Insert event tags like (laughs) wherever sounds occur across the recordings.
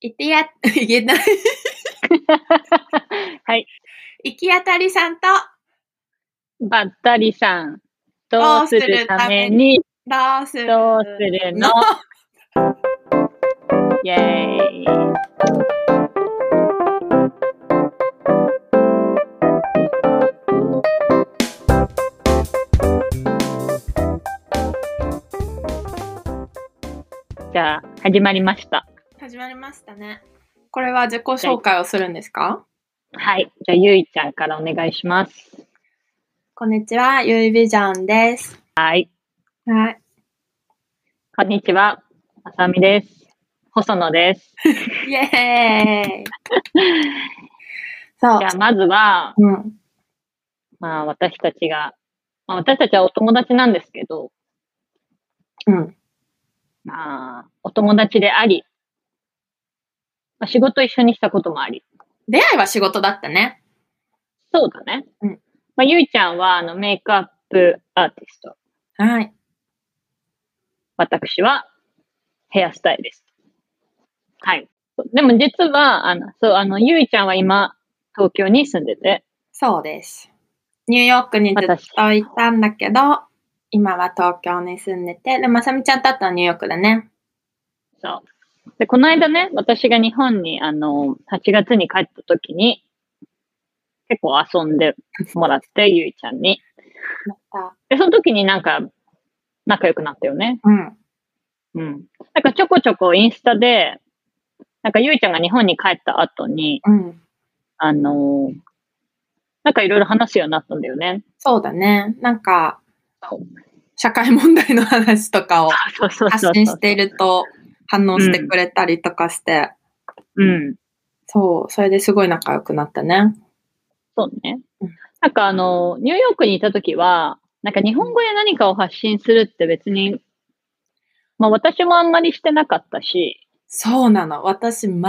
いてや、言えない。 (laughs) はい。行き当たりさんと、ばったりさん、どうするために、どうするどうするののイェーイ。じゃあ、始まりました。始まりましたね。これは自己紹介をするんですかはい。じゃあ、ゆいちゃんからお願いします。こんにちは、ゆいビジョンです。はい。はい。こんにちは。あさみです。細野です。イエーイ。そうじゃ。あ、まずは、うん。まあ、私たちが、まあ、私たちはお友達なんですけど、うん。まあ、お友達であり、まあ、仕事一緒にしたこともあり。出会いは仕事だったね。そうだね。うんまあ、ゆいちゃんは、あの、メイクアップアーティスト。はい。私は、ヘアスタイリスト。はい。でも実は、あの、そう、あの、ゆいちゃんは今、東京に住んでて、そうです。ニューヨークにずっといたんだけど、今は東京に住んでて、で、まさみちゃんと会ったのはニューヨークだね。そう。で、この間ね、私が日本に、あの、8月に帰った時に、結構遊んでもらって、ゆいちゃんに。また。で、その時になんか、仲良くなったよね。うん。うん。なんかちょこちょこインスタで、なんかゆいちゃんが日本に帰った後に、うん。あのーなんかいろいろ話すようになったんだよね。そうだね。なんかそう、社会問題の話と (laughs) かをそうそうそうそ発う。信していると反応してくれたりとかして、うん。そう、それですごい仲良くなったね。そうねうん。なんかあのー、ニューヨークにいた時は、なんか日本語で何かを発信するって別に、まあ私もあんまりしてなかったし、そうなの。私、全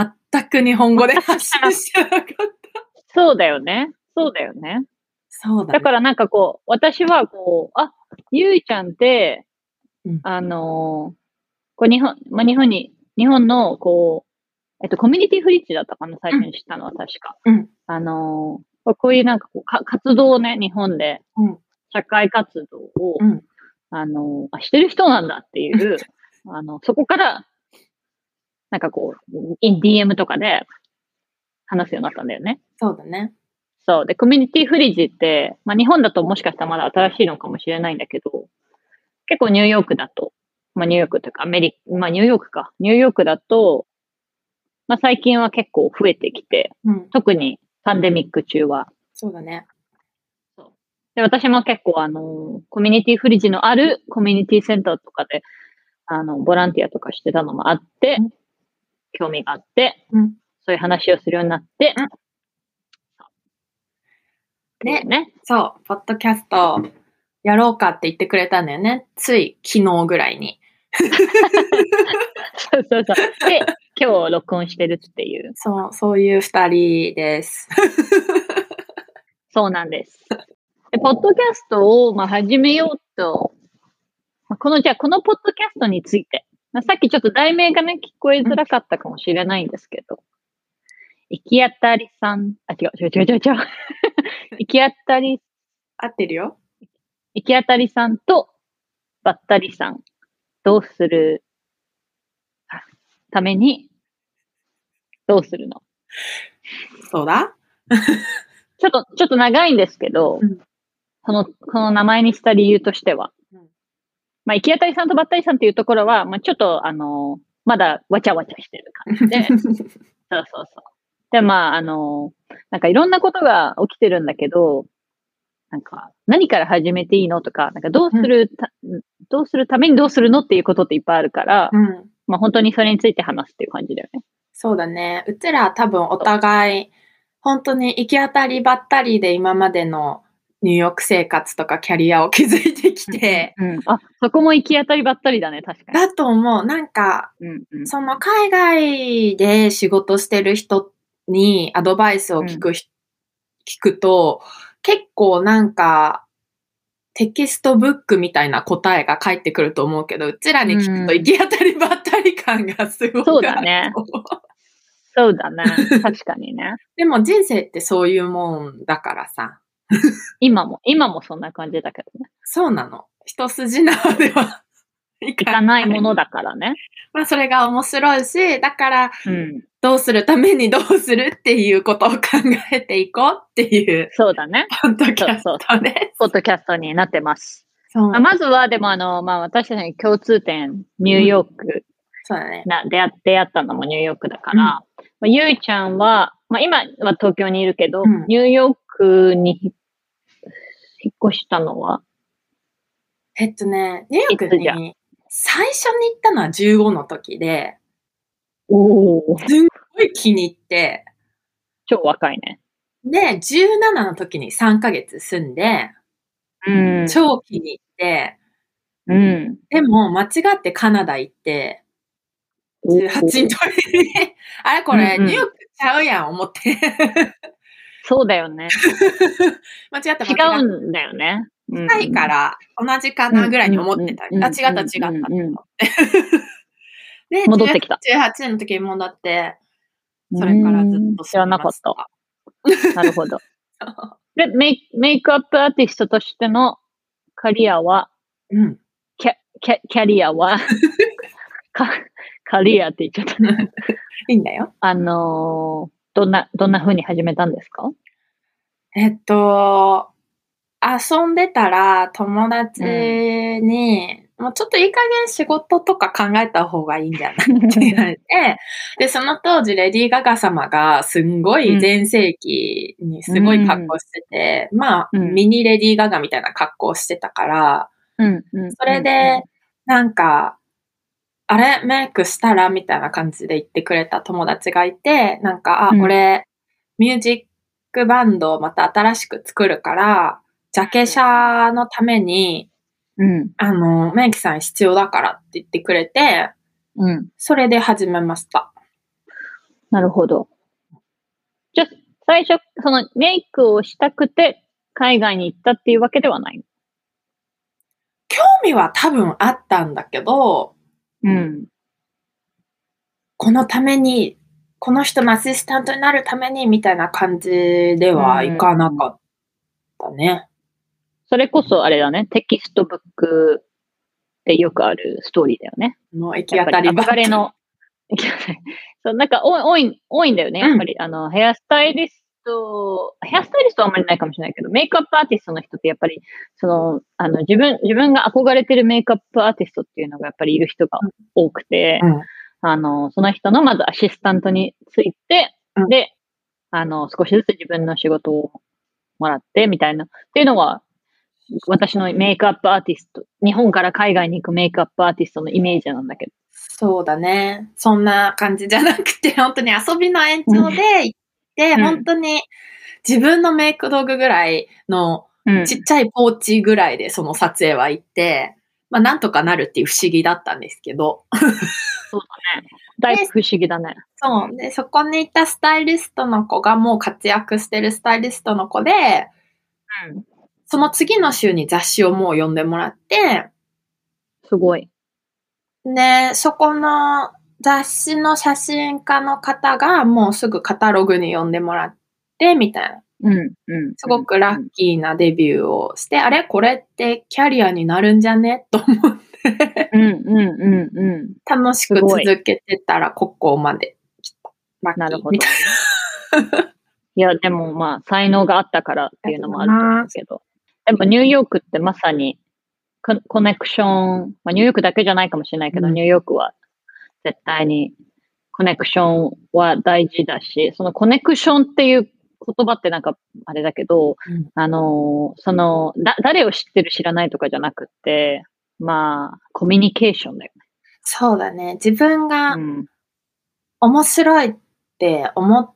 く日本語で発信してなかった。 (laughs) そうだよね。そうだよね。そうだだね。からなんかこう、私はこう、あ、ゆいちゃんって、うんあのーこう日本、まあ、日本に、日本のこう、えっと、コミュニティフリッジだったかな、最初に知ったのは確か。うんあのーこういうなんかこうか、活動をね、日本でうん、社会活動を、うんあのーあ、してる人なんだっていう、あの、そこから、なんかこう、い DM とかで話すようになったんだよね。そうだね。そう。で、コミュニティフリッジって、まあ、日本だともしかしたらまだ新しいのかもしれないんだけど、結構ニューヨークだと、まあ、ニューヨークというか、アメリカ、まあ、ニューヨークか。ニューヨークだと、まあ、最近は結構増えてきて、うん。特にパンデミック中は。そうだね。で、私も結構、あの、コミュニティフリッジのあるコミュニティセンターとかで、あの、ボランティアとかしてたのもあってうん、興味があって、うんそういう話をするようになって、うんで、ね。 (laughs) そう、ポッドキャストやろうかって言ってくれたんだよね。つい昨日ぐらいに。そうそうそう。で、今日録音してるっていう。そう、そういう二人です。そうなんです。で、ポッドキャストを、まあ、始めようと。まあこの、じゃあ、このポッドキャストについて。まあ、さっきちょっと題名がね、聞こえづらかったかもしれないんですけど。行き当たりさん、あ、違う、違う、違う、違う、違う。行き当たり、 (laughs) 合ってるよ。行き当たりさんと、ばったりさん、どうするあために、どうするのそうだ。ちょっと、ちょっと長いんですけど、うんこの、この名前にした理由としては、うんまあ、行き当たりさんとばったりさんっていうところは、まあ、ちょっと、あのーまだわちゃわちゃしてる感じで、そうそうそう。で、まあ、あのーなんかいろんなことが起きてるんだけど、なんか、何から始めていいのとか、なんかどうするた、どうするためにどうするのっていうことっていっぱいあるか (laughs) ら、うん。まあ、本当にそれについて話すっていう感じだよね。そうだね。うちら多分お互い、本当に行き当たりばったりで今までのニューヨーク生活とかキャリアを築いてきて、うん。あ、そこも行き当たりばったりだね、確かに。だと思う。なんか、うんうん。その海外で仕事してる人にアドバイスを聞くひ、聞くと、結構なんか、テキストブックみたいな答えが返ってくると思うけど、うちらに聞くとうん行き当たりばったり感がすごい。そうだね。そうだ (laughs) ね。確かにね。でも人生ってそういうもんだからさ。今も、今もそんな感じだけどね。そうなの。一筋縄ではいいかないものだからね。まあそれが面白いし、だからうん。どうするためにどうするっていうことを考えていこうっていうそうだね。ポッドキャストです。ポッドキャストになってます。そうまあまずは、でもあの、まあ私たちに共通点、ニューヨーク、そうだね。な出会出会ったのもニューヨークだから、まあ、ゆいちゃんは、まあ今は東京にいるけど、うんニューヨークに引引っ越したのは、えっとね、ニューヨークいつじゃに最初に行ったのは15の時で、おお、すんごい気に入って、超若いね。で、17の時に3ヶ月住んで、うん超気に入って、うん。でも間違ってカナダ行って、18日に、あれこれ、うんうんニューヨークちゃうやん、思って。 (laughs) そうだよね。間違った違間違っうんだよね。うんたいから、同じかなぐらいに思ってたうんり、あ、違った違ったうんうんうん (laughs) で、 (laughs) 戻ってきた18年の時に戻って、それからずっと知らなかった。なるほど。 (laughs) でメイ、メイクアップアーティストとしてのカリアは、 (laughs) うん。キャキャキャリ (laughs) アは、かカリアって言っちゃった。いいんだよ。あのーどんな、どんな風に始めたんで (laughs) すかえっと、遊んでたら友達に、もうちょっといい加減仕事とか考えた方がいいんじゃないって言われて、で、その当時レディー・ガガ様がすんごい全盛期にすごい格好してて、まあ、うんミニレディー・ガガみたいな格好をしてたから、うん、うん。それで、なんか、あれメイクしたらみたいな感じで言ってくれた友達がいて、なんか、あ、うん俺、ミュージックバンドをまた新しく作るから、ジャケ写のために、うん、あの、メイクさん必要だからって言ってくれて、うん。それで始めました。なるほど。じゃあ、最初、そのメイクをしたくて海外に行ったっていうわけではない。興味は多分あったんだけど、うん。このために、この人のアシスタントになるために、みたいな感じではいかなかったね。それこそあれだね、テキストブックでよくあるストーリーだよね。もう行きやっ当ぱたりりばっ憧かりれの。そうなんか多い多い多いんだよね、やっぱり、あのヘアスタイリスト、ヘアスタイリストはあんまりないかもしれないけど、メイクアップアーティストの人ってやっぱりそのあの自分、自分が憧れてるメイクアップアーティストっていうのがやっぱりいる人が多くて、うんあのその人のまずアシスタントについて、うんであの、少しずつ自分の仕事をもらってみたいな、っていうのは私のメイクアップアーティスト、日本から海外に行くメイクアップアーティストのイメージなんだけど。そうだね。そんな感じじゃなくて、本当に遊びの延長で行って、うん本当に自分のメイク道具ぐらいのうんちっちゃいポーチぐらいでその撮影は行って、まあなんとかなるっていう不思議だったんですけど。だいぶ不思議だね。そう。で、そこにいたスタイリストの子がもう活躍してるスタイリストの子で、うんその次の週に雑誌をもう読んでもらって、すごい。で、そこの雑誌の写真家の方がもうすぐカタログに呼んでもらって、みたいな。うん、うん。すごくラッキーなデビューをして、あれこれってキャリアになるんじゃね (laughs) と思って、うん、うん、うん、う楽しくすごい続けてたら、ここまで来た。ラッん。キーなるほど。みいたい (laughs) や、でもまあ、才能があったからっていうのもあると思うけど。やっぱニューヨークってまさにココネクション、まあ、ニューヨークだけじゃないかもしれないけど、うんニューヨークは絶対にコネクションは大事だし、そのコネクションっていう言葉ってなんかあれだけど、うんあのー、その、だ、誰を知ってる知らないとかじゃなくって、まあ、コミュニケーションだよね。そうだね。自分がうん面白いって思っ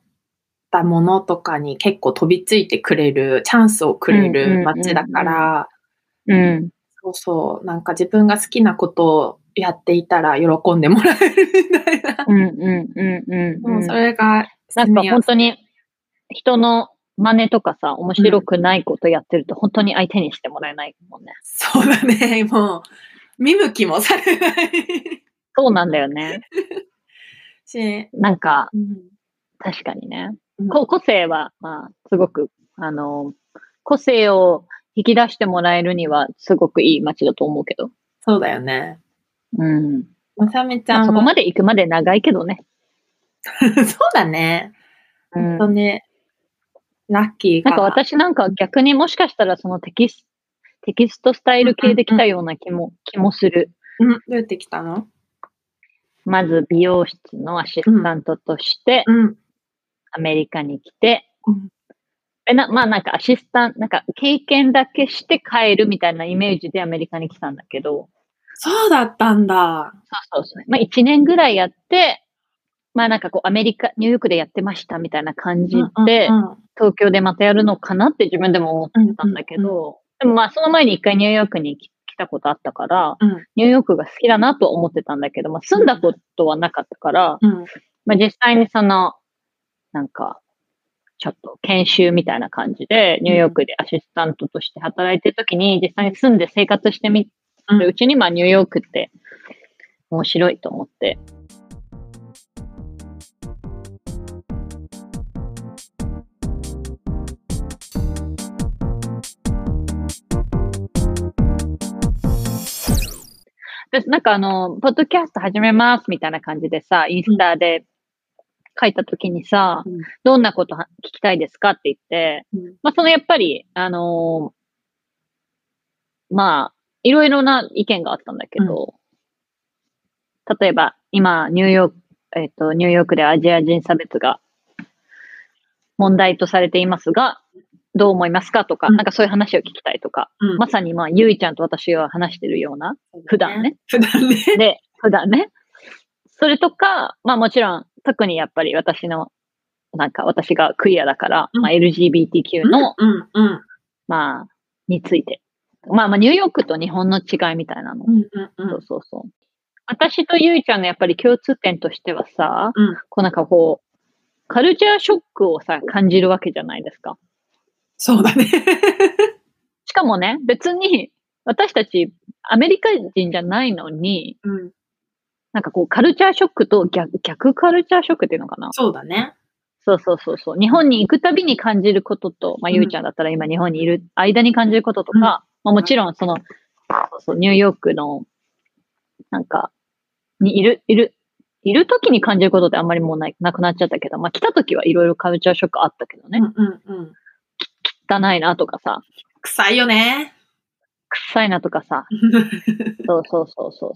たものとかに結構飛びついてくれる、チャンスをくれうんうんうんうるん街だから、うん。そうそう。なんか自分が好きなことをやっていたら喜んでもらえるみたいな。うんうんうんうんうん。もうそれが、なんか本に。当に人の真似とかさ、面白くないことやってると本当に相手にしてもらえないもんね。そうだね。もう、見向きもされないそうなんだよね。し、なんか、うん確かにね。うんこ個性は、まあ、すごく、あの、個性を引き出してもらえるには、すごくいい街だと思うけど。そうだよね。うん。まさみちまゃあ、んそこは。まで行くまで長いけどね。 (laughs) そうだね。う本ん。当に、ラッキーかなんか私なんか逆にもしかしたらそのテキステキストスタイル系できたような気も、気もする。うん、どうやって来たのまず美容室のアシスタントとしてうん。アメリカに来てうん、えなまあなんかアシスタント、なんか経験だけして帰るみたいなイメージでアメリカに来たんだけど、そうだったんだ。そうそうそう。まあ1年ぐらいやって、まあなんかこうアメリカ、ニューヨークでやってましたみたいな感じでう、んうん東京でまたやるのかなって自分でも思ってうん、たんだけど、でもまあその前に一回ニューヨークに来来たことあったから、うん。うん。ニューヨークが好きだなとは思ってたんだけど、まあ住んだことはなかったから、うん。まあ実際にその、なんか、ちょっと研修みたいな感じで、ニューヨークでアシスタントとして働いてるときに、実際に住んで生活してみうんるうちに、まあニューヨークって面白いと思って。でなんかあの、ポッドキャスト始めますみたいな感じでさ、インスタで書いたときにさ、うんどんなことは聞きたいですかって言って、まあ、そのやっぱり、あのーまあ、いろいろな意見があったんだけど、例えば、今、ニューヨーク、えっ、と、ニューヨークでアジア人差別が問題とされていますが、どう思いますかとか、うんなんかそういう話を聞きたいとか、うんまさにまあ、ゆいちゃんと私が話してるような、普段ね。 (laughs) 普段ね。で、普段ね。それとか、まあもちろん、特にやっぱり私の、なんか私がクイアだから、うんまあ LGBTQ の、うんうんまあ、について。まあまあ、ニューヨークと日本の違いみたいなの。うんうんうそうんそうそう。私とゆいちゃんのやっぱり共通点としてはさ、うんこうなんかこう、カルチャーショックをさ、感じるわけじゃないですか。そうだね。しかもね、別に私たちアメリカ人じゃないのに、うん、なんかこう、カルチャーショックと逆、逆カルチャーショックっていうのかなそうだね。そうそうそうそう。日本に行くたびに感じることと、まうあ、んゆうちゃんだったら今日本にいる間に感じることとか、うんまあ、もちろんその、そうそうニューヨークの、なんか、にいる、いる、いる時に感じることってあんまりもうないなくなっちゃったけど、まあ来た時はいろいろカルチャーショックあったけどねう、んうんうん。汚いなとかさ、臭いよね。臭いなとかさ、そうそうそうそうそう。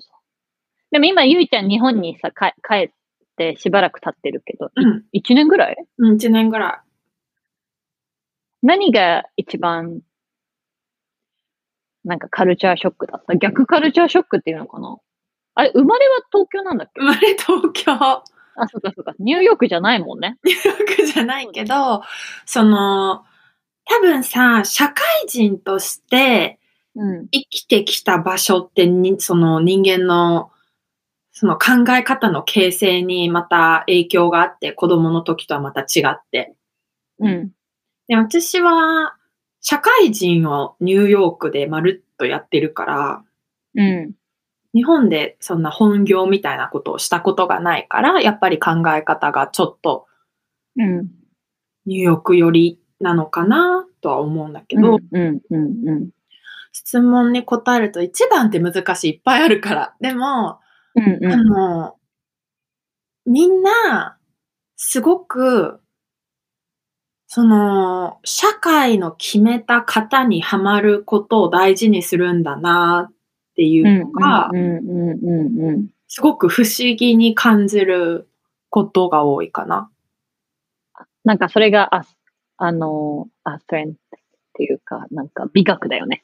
でも今ゆいちゃん日本にさ、か帰ってしばらく経ってるけど、うん、 1年ぐらいうん、1年ぐら何が一番、なんかカルチャーショックだった逆カルチャーショックっていうのかなあれ、生まれは東京なんだっい。け生まれ東京。 (laughs) あ、そうかそうか。ニューヨークじゃないもんね。僕じゃないけど、その、多分さ、社会人としてうん。生きてきた場所ってに、その人間の、その考え方の形成にまた影響があって、子供の時とはまた違って。うん。で、私は、社会人をニューヨークでまるっとやってるから、うん。日本でそんな本業みたいなことをしたことがないから、やっぱり考え方がちょっとうん。ニューヨーク寄りなのかなとは思うんだけど、うん。うん。うん。質問に答えると一番って難しい、いっぱいあるから。でも、うん。あの、みんな、すごく、その、社会の決めた型にはまることを大事にするんだなっていうのが、うん。うん。うん。すごく不思議に感じることが多いかな。なんかそれが、あ、あの、アストレンっていうか、なんか美学だよね。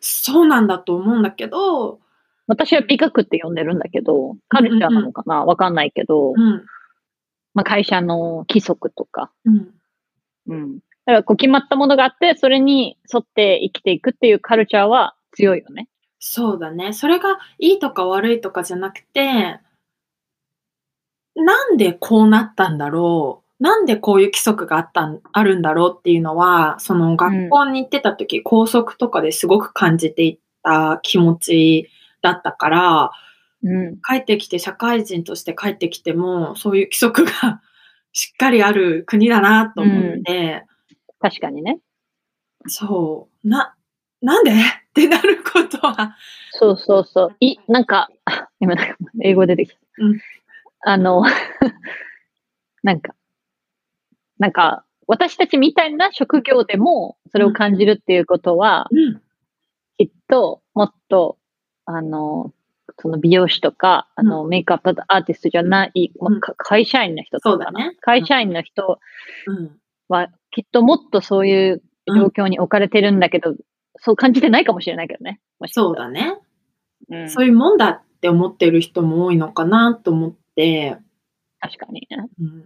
そうなんだと思うんだけど、私は美学って呼んでるんだけど、カルチャーなのかなわかんないけど、うん、まあ会社の規則とか、うん、うん。だからこう決まったものがあって、それに沿って生きていくっていうカルチャーは強いよね。そうだね。それがいいとか悪いとかじゃなくて、なんでこうなったんだろう。なんでこういう規則があったん、あるんだろうっていうのは、その学校に行ってた時、校則とかですごく感じていった気持ちだったから、うん。帰ってきて社会人として帰ってきても、そういう規則が (laughs) しっかりある国だなと思って、確かにね。そう、な、なんでってなることは、そうそうそう。い、なんか、あ今なんか英語出てきた。うんあの、 (laughs) なんか、なんか、私たちみたいな職業でもそれを感じるっていうことは、うん、きっともっと、あの、その美容師とか、あの、メイクアップアーティストじゃない、まあうんか会社員の人とかそうだね会社員の人うん、はきっともっとそういう状況に置かれてるんだけど、そう感じてないかもしれないけどね。もしかしたらそうだね。うん、そういうもんだって思ってる人も多いのかなと思って、確かにね。うん、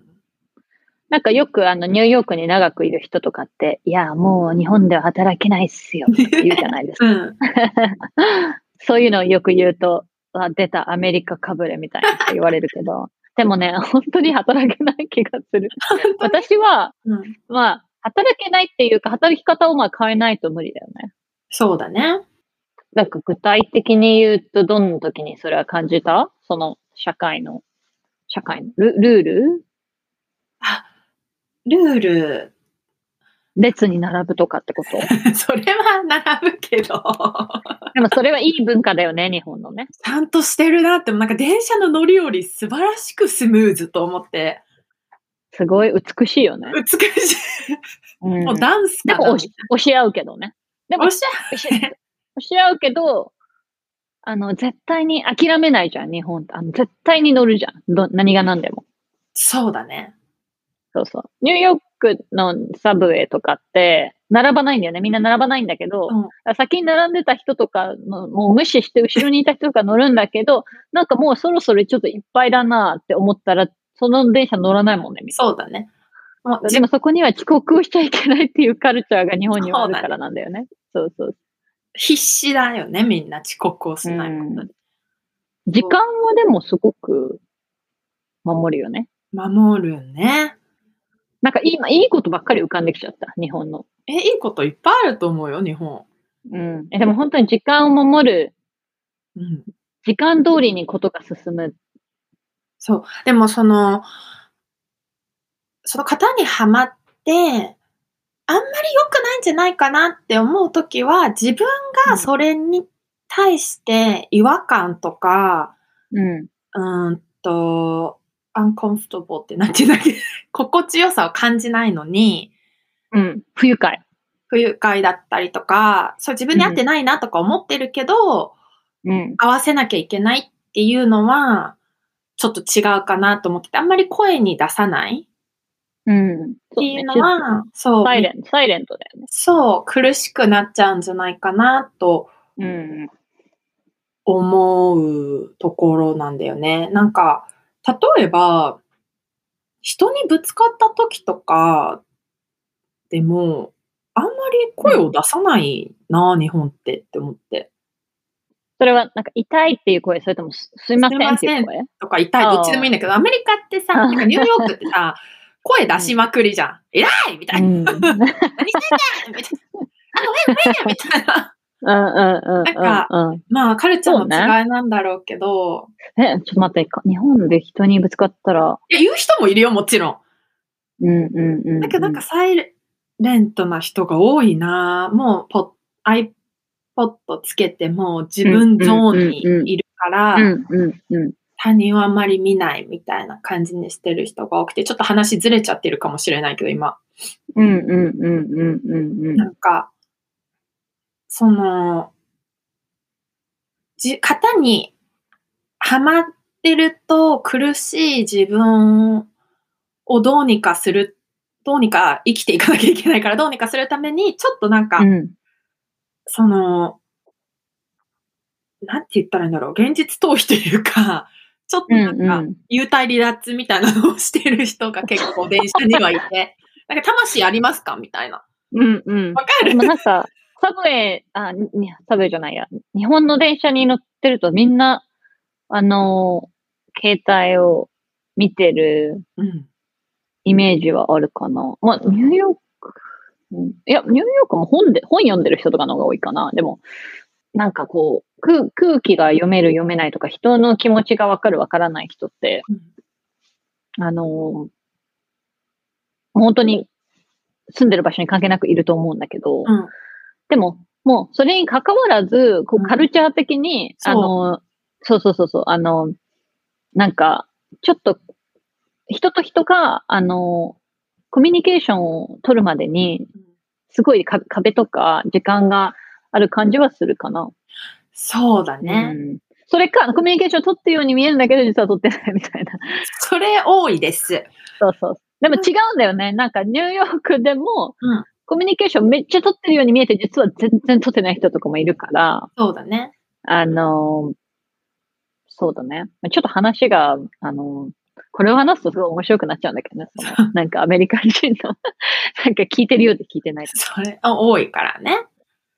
なんかよくあのニューヨークに長くいる人とかって、いや、もう日本では働けないっすよ (laughs) って言うじゃないですうか。 (laughs) ん、そういうのをよく言うと、あ出たアメリカかぶれみたいなって言われるけど、でも (laughs) ね、本当に働けない気がする。私は、うん、まあ、働けないっていうか、働き方をまあ変えないと無理だよね。そうだね。なんか具体的に言うと、どんな時にそれは感じたその社会の、社会のルルールルール、 (laughs) 列に並ぶとかってことそれは並ぶけど、でもそれはいい文化だよね、日本のね。 (laughs) ちゃんとしてるなって、なんか電車の乗り降り素晴らしくスムーズと思って、すごい美しいよね。美しうんい。もうダンスでかな。も押し押し合うけどね。でもおし押し押し合うけど、あの、絶対に諦めないじゃん、日本って。あの絶対に乗るじゃん。ど何が何でも。そうだね。そうそう。ニューヨークのサブウェイとかって、並ばないんだよね。みんな並ばないんだけど、うん先に並んでた人とかの、もう無視して後ろにいた人とか乗るんだけど、なんかもうそろそろちょっといっぱいだなって思ったら、その電車乗らないもんね、みんなそうだね。もうでもそこには遅刻をしちゃいけないっていうカルチャーが日本にはあるからなんだよね。そうそう必死だよね、みんな遅刻をしないことで。時間はでもすごく守るよね。守るね。なんか今、いいことばっかり浮かんできちゃった、日本の。え、いいこといっぱいあると思うよ、日本。うん。えでも本当に時間を守る、うん。時間通りにことが進む。そう。でもその、その型にはまって、あんまり良くないんじゃないかなって思うときは、自分うんがそれに対して違和感とか、うん。うーんと、アンコンフトボーってなんていうんだっけ、 (laughs) 心地よさを感じないのに、うん。不愉快。不愉快だったりとか、そう自分に合ってないなとか思ってるけど、うん。合わせなきゃいけないっていうのは、ちょっと違うかなと思ってて、あんまり声に出さないうん。っそてねいうのは、そう、サイレント、サイレントだよね。そう、苦しくなっちゃうんじゃないかなとうん。思うところなんだよね。なんか、例えば、人にぶつかった時とか、でも、あんまり声を出さないな、日本ってって思って。それは、なんか痛いっていう声、それともすすいませんっていう声とか痛い、あーどっちでもいいんだけど、アメリカってさ、なんかニューヨークって (laughs) さ、声出しまくりじゃん。偉いみたいな。うん。うんうんうん何してんねんみたいな。あ、ごめんごめんみたいな。 (laughs) なうんんかうん。まあ、カルチャーの違いなんだろうけど、え、ちょっと待って、か日本で人にぶつかったら、いや、言う人もいるよ、もちろん。うんうんうんうん。だけど、なんかサイレントな人が多いなもうポッ、iPod つけて、もう自分ゾーンにいるから、うんうんうん。他人はあんまり見ないみたいな感じにしてる人が多くて、ちょっと話ずれちゃってるかもしれないけど、今。うんうんうんうんうんなんか、その、じ、型にはまってると苦しい自分をどうにかする、どうにか生きていかなきゃいけないから、どうにかするために、ちょっとなんか、うん。うん。その、なんて言ったらいいんだろう、現実逃避というか、ちょっとうんなんか、うん。幽体離脱みたいなのをしてる人が結構電車にはいて、なんか魂ありますかみたいな。うんうん。わかでるもなんか、サブウェイ、あ、ににサブウェイじゃないや。日本の電車に乗ってるとみんな、あのー、携帯を見てるうん。イメージはあるかな。まあ、ニューヨーク、うんいや、ニューヨークも本で、本読んでる人とかの方が多いかな。でも、なんかこう、空空気が読める読めないとか、人の気持ちがわかるわからない人って、うんあのー本当に住んでる場所に関係なくいると思うんだけど、うんでも、もうそれに関わらず、こうんうカルチャー的に、そうあの、そうそうそうそう、あの、なんか、ちょっと、人と人が、あの、コミュニケーションを取るまでに、すごいか壁とか時間がある感じはするかな。そうだね。うんそれか、コミュニケーションを取ってるように見えるんだけど、実は取ってないみた (laughs) いな。それ多いです。そうそう。でも違うんだよね。なんかニューヨークでも、うんコミュニケーションめっちゃ取ってるように見えて、実は全然取ってない人とかもいるから、そうだね。あのーそうだね。ちょっと話が、あのーこれを話すとすごい面白くなっちゃうんだけどね。そのなんかアメリカ人の、 (laughs) なんか聞いてるようで聞いてない。それあ多いからね。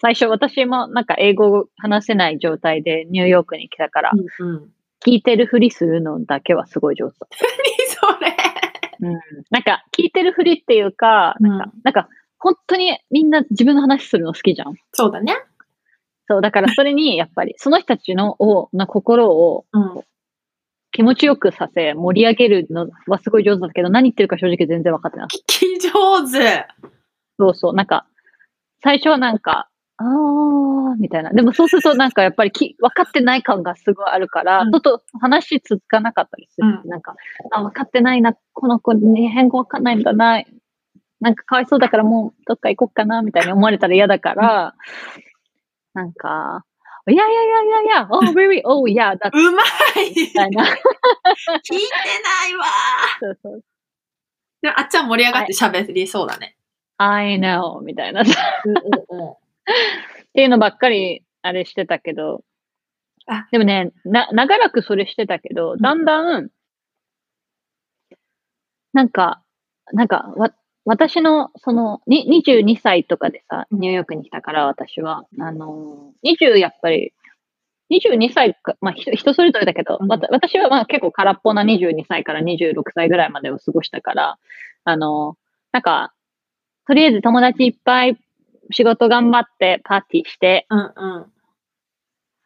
最初私もなんか英語を話せない状態でニューヨークに来たから、うんうん。聞いてるふりするのだけはすごい上手だった (laughs) それ。なんか、聞いてるふりっていうか、なんか、うなんか、本当にみんな自分の話するの好きじゃん。そうだね。そう、だからそれに、やっぱり、その人たちの、を、の心をうん。気持ちよくさせ、盛り上げるのはすごい上手だけど、何言ってるか正直全然分かってなかった。聞き上手。そうそう、なんか、最初はなんか、あー、みたいな。でもそうすると、なんかやっぱりき、分かってない感がすごいあるから、うんちょっと話続かなかったりする。うんなんか、あ、分かってないな、この子に変更分かんないんだな、なんかかわいそうだからもうどっか行こっかな、みたいに思われたら嫌だから、なんか、いやいやいやいやいや、oh, really, oh, yeah, that's (laughs) うまい。聞いみたいてなな。いわ。そうそうでもあっちゃん盛り上がって喋りそうだね。 I know, みたいな。うんうんうん。っていうのばっかりあれしてたけどあ、でもね、な、長らくそれしてたけど、んだんだん、なんか、なんか、わ、私の、その、に、22歳とかでさ、ニューヨークに来たから、私は、あのー、20、やっぱり、22歳か、まあ人、人それぞれだけど、うんわた私はまあ結構空っぽな22歳から26歳ぐらいまでを過ごしたから、あのー、なんか、とりあえず友達いっぱい仕事頑張ってパーティーして、うんうん。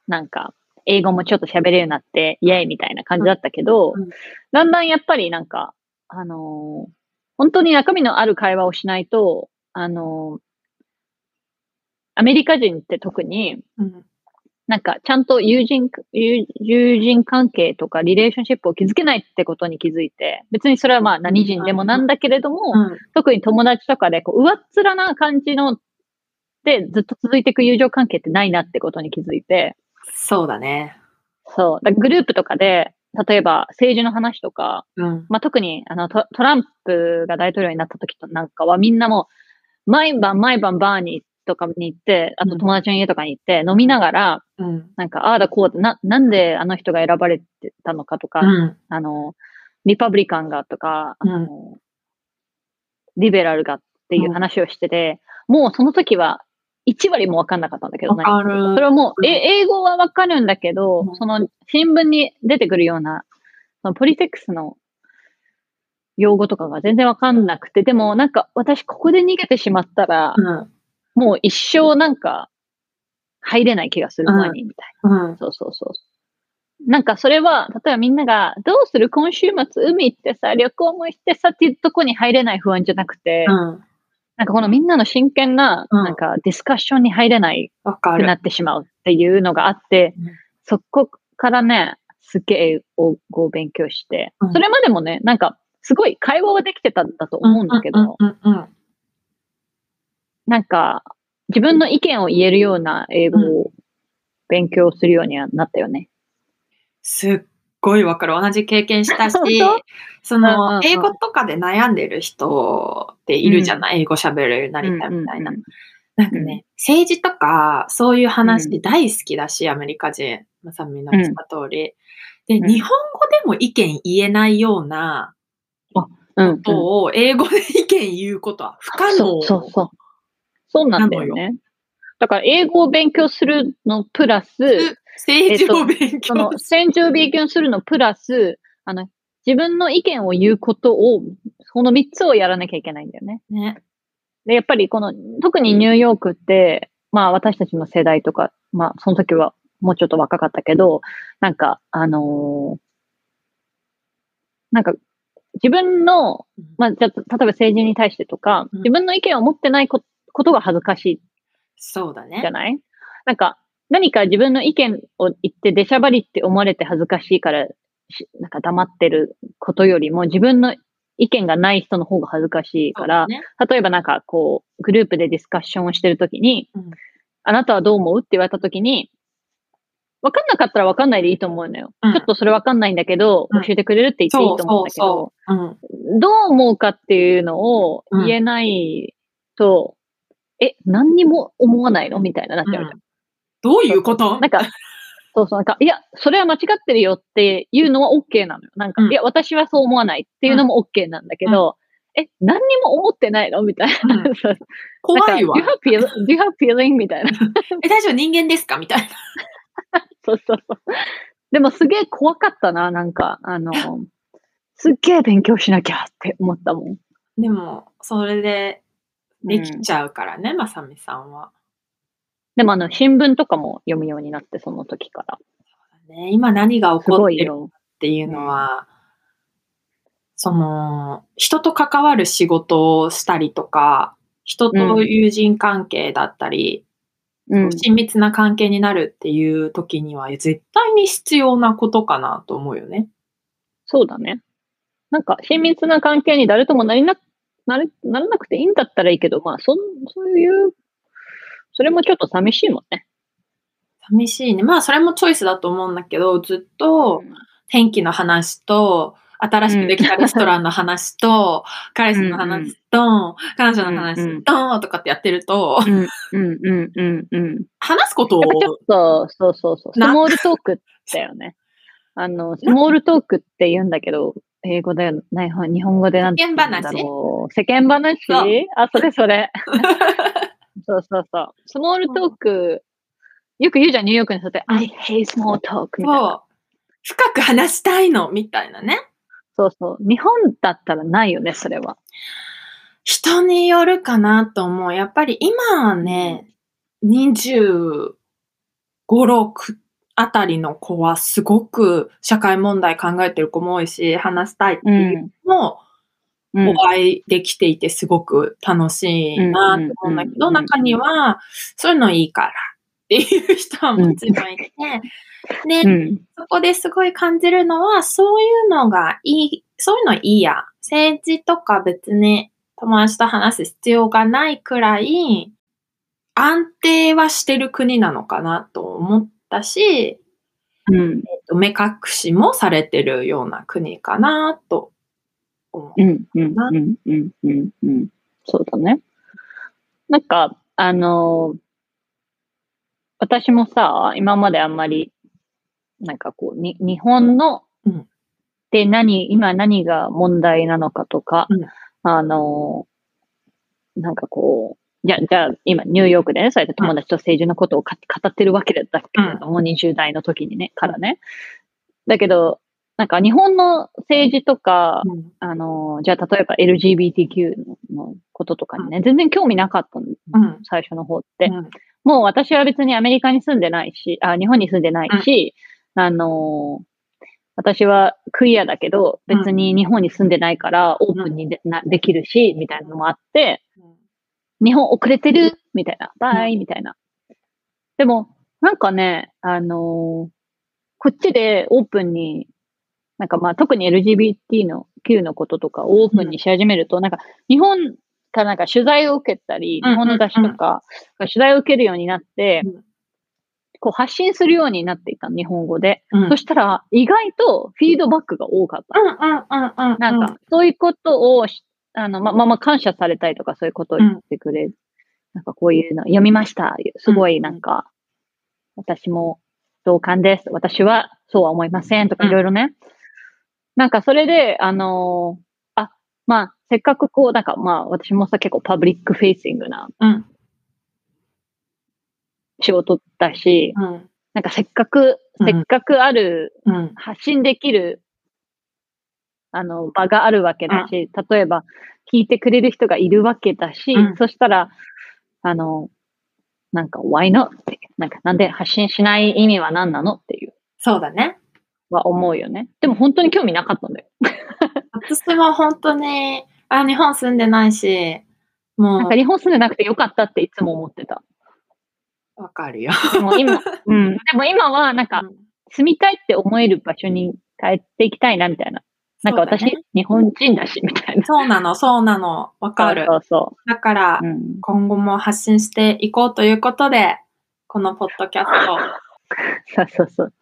なんか、英語もちょっと喋れるようになって、イエイみたいな感じだったけど、うんうんだんだんやっぱりなんか、あのー本当に中身のある会話をしないと、あのーアメリカ人って特に、うんなんか、ちゃんと友人、友友人関係とか、リレーションシップを築けないってことに気づいて、別にそれはまあ何人でもなんだけれども、うん。特に友達とかで、こう、上っ面な感じの、で、ずっと続いていく友情関係ってないなってことに気づいて、そうだね。そう。だからグループとかで、例えば政治の話とか、うん。まあ、特にあのトトランプが大統領になった時となんかはみんなもう毎晩毎晩バーにとかに行って、あうとん友達の家とかに行って飲みながら、うん。なんかああだこうだ、な、なんであの人が選ばれてたのかとか、うん。あの、リパブリカンがとか、あうの、リベラルがっていう話をしてて、もうその時は1割もわかんなかったんだけど、わかる何それはもう、うんえ英語はわかるんだけど、うんその新聞に出てくるような、そのポリテックスの用語とかが全然わかんなくて、でもなんか私ここで逃げてしまったら、うん。もう一生なんか入れない気がする前に、みたいな。うん。そうそうそう。なんかそれは、例えばみんなが、どうする今週末海行ってさ、旅行も行ってさっていうとこに入れない不安じゃなくて、うん。なんかこのみんなの真剣な、うんなんかディスカッションに入れないわかくるな。ってしまうっていうのがあってうん、そこからね、すっげえ英語を勉強してうん、それまでもね、なんかすごい会話はできてたんだと思うんだけど、うんうんうんなんか自分の意見を言えるような英語を勉強するようにはなったよね。すっごいわかる。同じ経験したし (laughs) 本当、そうんうんうのん、英語とかで悩んでる人っているじゃない英語喋れるようになりたいみたいなうんうん。なんかね、政治とか、そういう話大好きだし、アメリカ人。まさみの言った通り。で、うん日本語でも意見言えないようなうんうんことを、英語で意見言うことは不可そう能。そうそう。そうなんだよね。だから、英語を勉強するのプラス、政治を勉そ強の、戦場を勉強するのプラス、あの、自分の意見を言うことを、この3つをやらなきゃいけないんだよね。ね。で、やっぱりこの、特にニューヨークって、まあ私たちの世代とか、まあその時はもうちょっと若かったけど、なんか、あのーなんか、自分のうん、まあ、じゃ例えば政治に対してとか、うん自分の意見を持ってないこことが恥ずかしそうだねいじゃ。ないなんか、何か自分の意見を言って、出しゃばりって思われて恥ずかしいからし、なんか黙ってることよりも、自分の意見がない人の方が恥ずかしいそかうらだ、ね例えばなんかこう、グループでディスカッションをしてるときに、うんあなたはどう思うって言われたときに、わかんなかったらわかんないでいいと思うのよ。うんちょっとそれわかんないんだけど、うん教えてくれるって言っていいと思うんだけど、そうん。どう思うかっていうのを言えないと、え、何にも思わないのみたいななっちゃうじゃん。うんどういうことなんか、 (laughs) そうそう、なんか、いや、それは間違ってるよっていうのは OK なのよ。なんか、うんいや、私はそう思わないっていうのも OK なんだけど、え、何にも思ってないのみたいな。うそう怖いわなん。か Do you have feel- do you have feeling? み (laughs) たいな。え、大丈夫人間ですかみたいな。そうそうそう。でもすげえ怖かったな、なんか、(laughs) あの、すっげえ勉強しなきゃって思ったもん。でも、それででうきんちゃうからね、まさみさんは。でもあの、新聞とかも読むようになって、その時から。ね、今何が起すこごっいてるよ。っていうのは、その、人と関わる仕事をしたりとか、人と友人関係だったり、うん。親密な関係になるっていう時には絶対に必要なことかなと思うよね。そうだね。なんか、親密な関係に誰ともなりな、なれ、ならなくていいんだったらいいけど、まあ、そん、そういう、それもちょっと寂しいもんね。寂しいね。まあそれもチョイスだと思うんだけど、ずっと天気の話と、新しくできたレストランの話と、彼氏の話と、彼女のうんう話んと、とかってやってると、うん、うん、うん、うん、うん。話すことをなんかちょっと、そうそうそう、スなモールトークだよ (laughs) ね。あの、スモールトークって言うんだけど、英語だよ、ない、日本語でなんて言うんだろう。世間話そうあ、それそ (laughs) れ。そうそうそう。スモールトーク、よく言うじゃん、ニューヨークの人って、I hate small talk みたいな。を深く話したいの、みたいなね。そうそう。日本だったらないよね、それは。人によるかなと思う。やっぱり今はね、25、6あたりの子はすごく社会問題考えてる子も多いし、話したいっていう子もうおん。会いできていてすごく楽しいなと思うんだけうど、んうんうんうん中にはそういうのいいからっていう人はもちろんいて、ねうん。そこですごい感じるのは、そういうのがいい、そういうのいいや。政治とか別に友達と話す必要がないくらい、安定はしてる国なのかなと思ったし、うん。目隠しもされてるような国かなと思う。うん。うん。うん。うん。うん。うん。そうだね。なんか、あのー私もさ、今まであんまり、なんかこう、に日本の、うんで何、今何が問題なのかとか、うんあのーなんかこう、じゃあ、じゃあ、今、ニューヨークでね、そうやって友達と政治のことをか語ってるわけだけれども、20代の時にね、からね。だけど、なんか日本の政治とか、うんあの、じゃあ例えば LGBTQ ののこととかにね、全然興味なかったの、うん最初の方って。うんもう私は別にアメリカに住んでないし、あ、日本に住んでないし、あの、私はクイアだけど、うん別に日本に住んでないからオープンにで,、なできるし、みたいなのもあって、日本遅れてるみたいな、バイみたいな。でも、なんかね、あのーこっちでオープンに、なんかまあ特に LGBT の Q のこととかをオープンにし始めると、なんか日本からなんか取材を受けたり、うん日本の雑誌とか、取材を受けるようになって、うんこう発信するようになっていたの日本語で。うんうんそしたら意外とフィードバックが多かった。うんうんうんなんか、そういうことをし、あの、ま、まあ、まあ、感謝されたりとか、そういうことを言ってくれる。なんか、こういうの、読みました。すごい、なんか、私も同感です。私は、そうは思いません。とか、うんいろいろね。なんか、それで、あのーあ、まあ、せっかくこう、なんか、まあ、私もさ、結構パブリックフェイシングなうん仕事だし、うんなんか、せっかく、うんせっかくあるうん発信できる、あの、場があるわけだし、例えば、聞いてくれる人がいるわけだし、うんそしたら、あの、なんか、why not? って、なんか、なんで発信しない意味は何なのっていう、そうだね。は思うよね。でも、本当に興味なかったんだよ。私は本当に、あ、日本住んでないし、もなんか日本住んでなくてよかったっていつも思ってた。う、わかるよ。でも今、うん。でも今は、なんかうん、住みたいって思える場所に帰っていきたいな、みたいな。なんか私、そうだね日本人だし、みたいな。そうなの、そうなの。わかるそ。うそだからう。、うん、今後も発信していこうということで、このポッドキャスト、そうそうそう。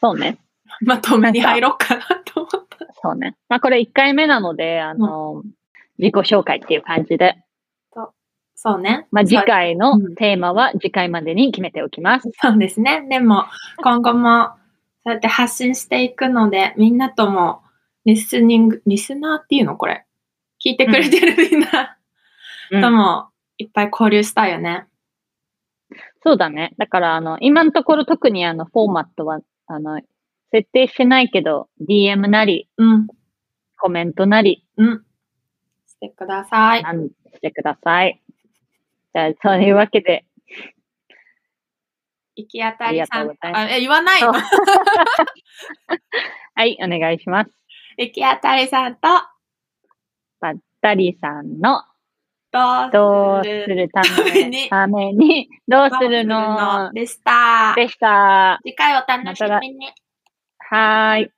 そうね。まとめに入ろうかなと思った。そうね。まあ、これ1回目なので、あの、自己紹介っていう感じで。そうね。まあ、次そう回のうんテーマは次回までに決めておきます。そうですね。でも、今後も、そうやって発信していくので、みんなとも、リスニング、リスナーっていうのこれ。聞いてくれてるみんなうんとも、いっぱい交流したいよね。そうだね。だから、あの、今のところ特にあの、フォーマットは、あの、設定してないけど、DM なり、うん、コメントなり、うん。してください。なんしてください。じゃあ、そういうわけで、行き当たりさありがとうんございまあえ、言わないの。はい、お願いします。行き当たりさんと、ダリーさんの、どどううすするるた (laughs) めに、たためにどうすどるうするののでした。でした。次回お楽しまたみに。はーい。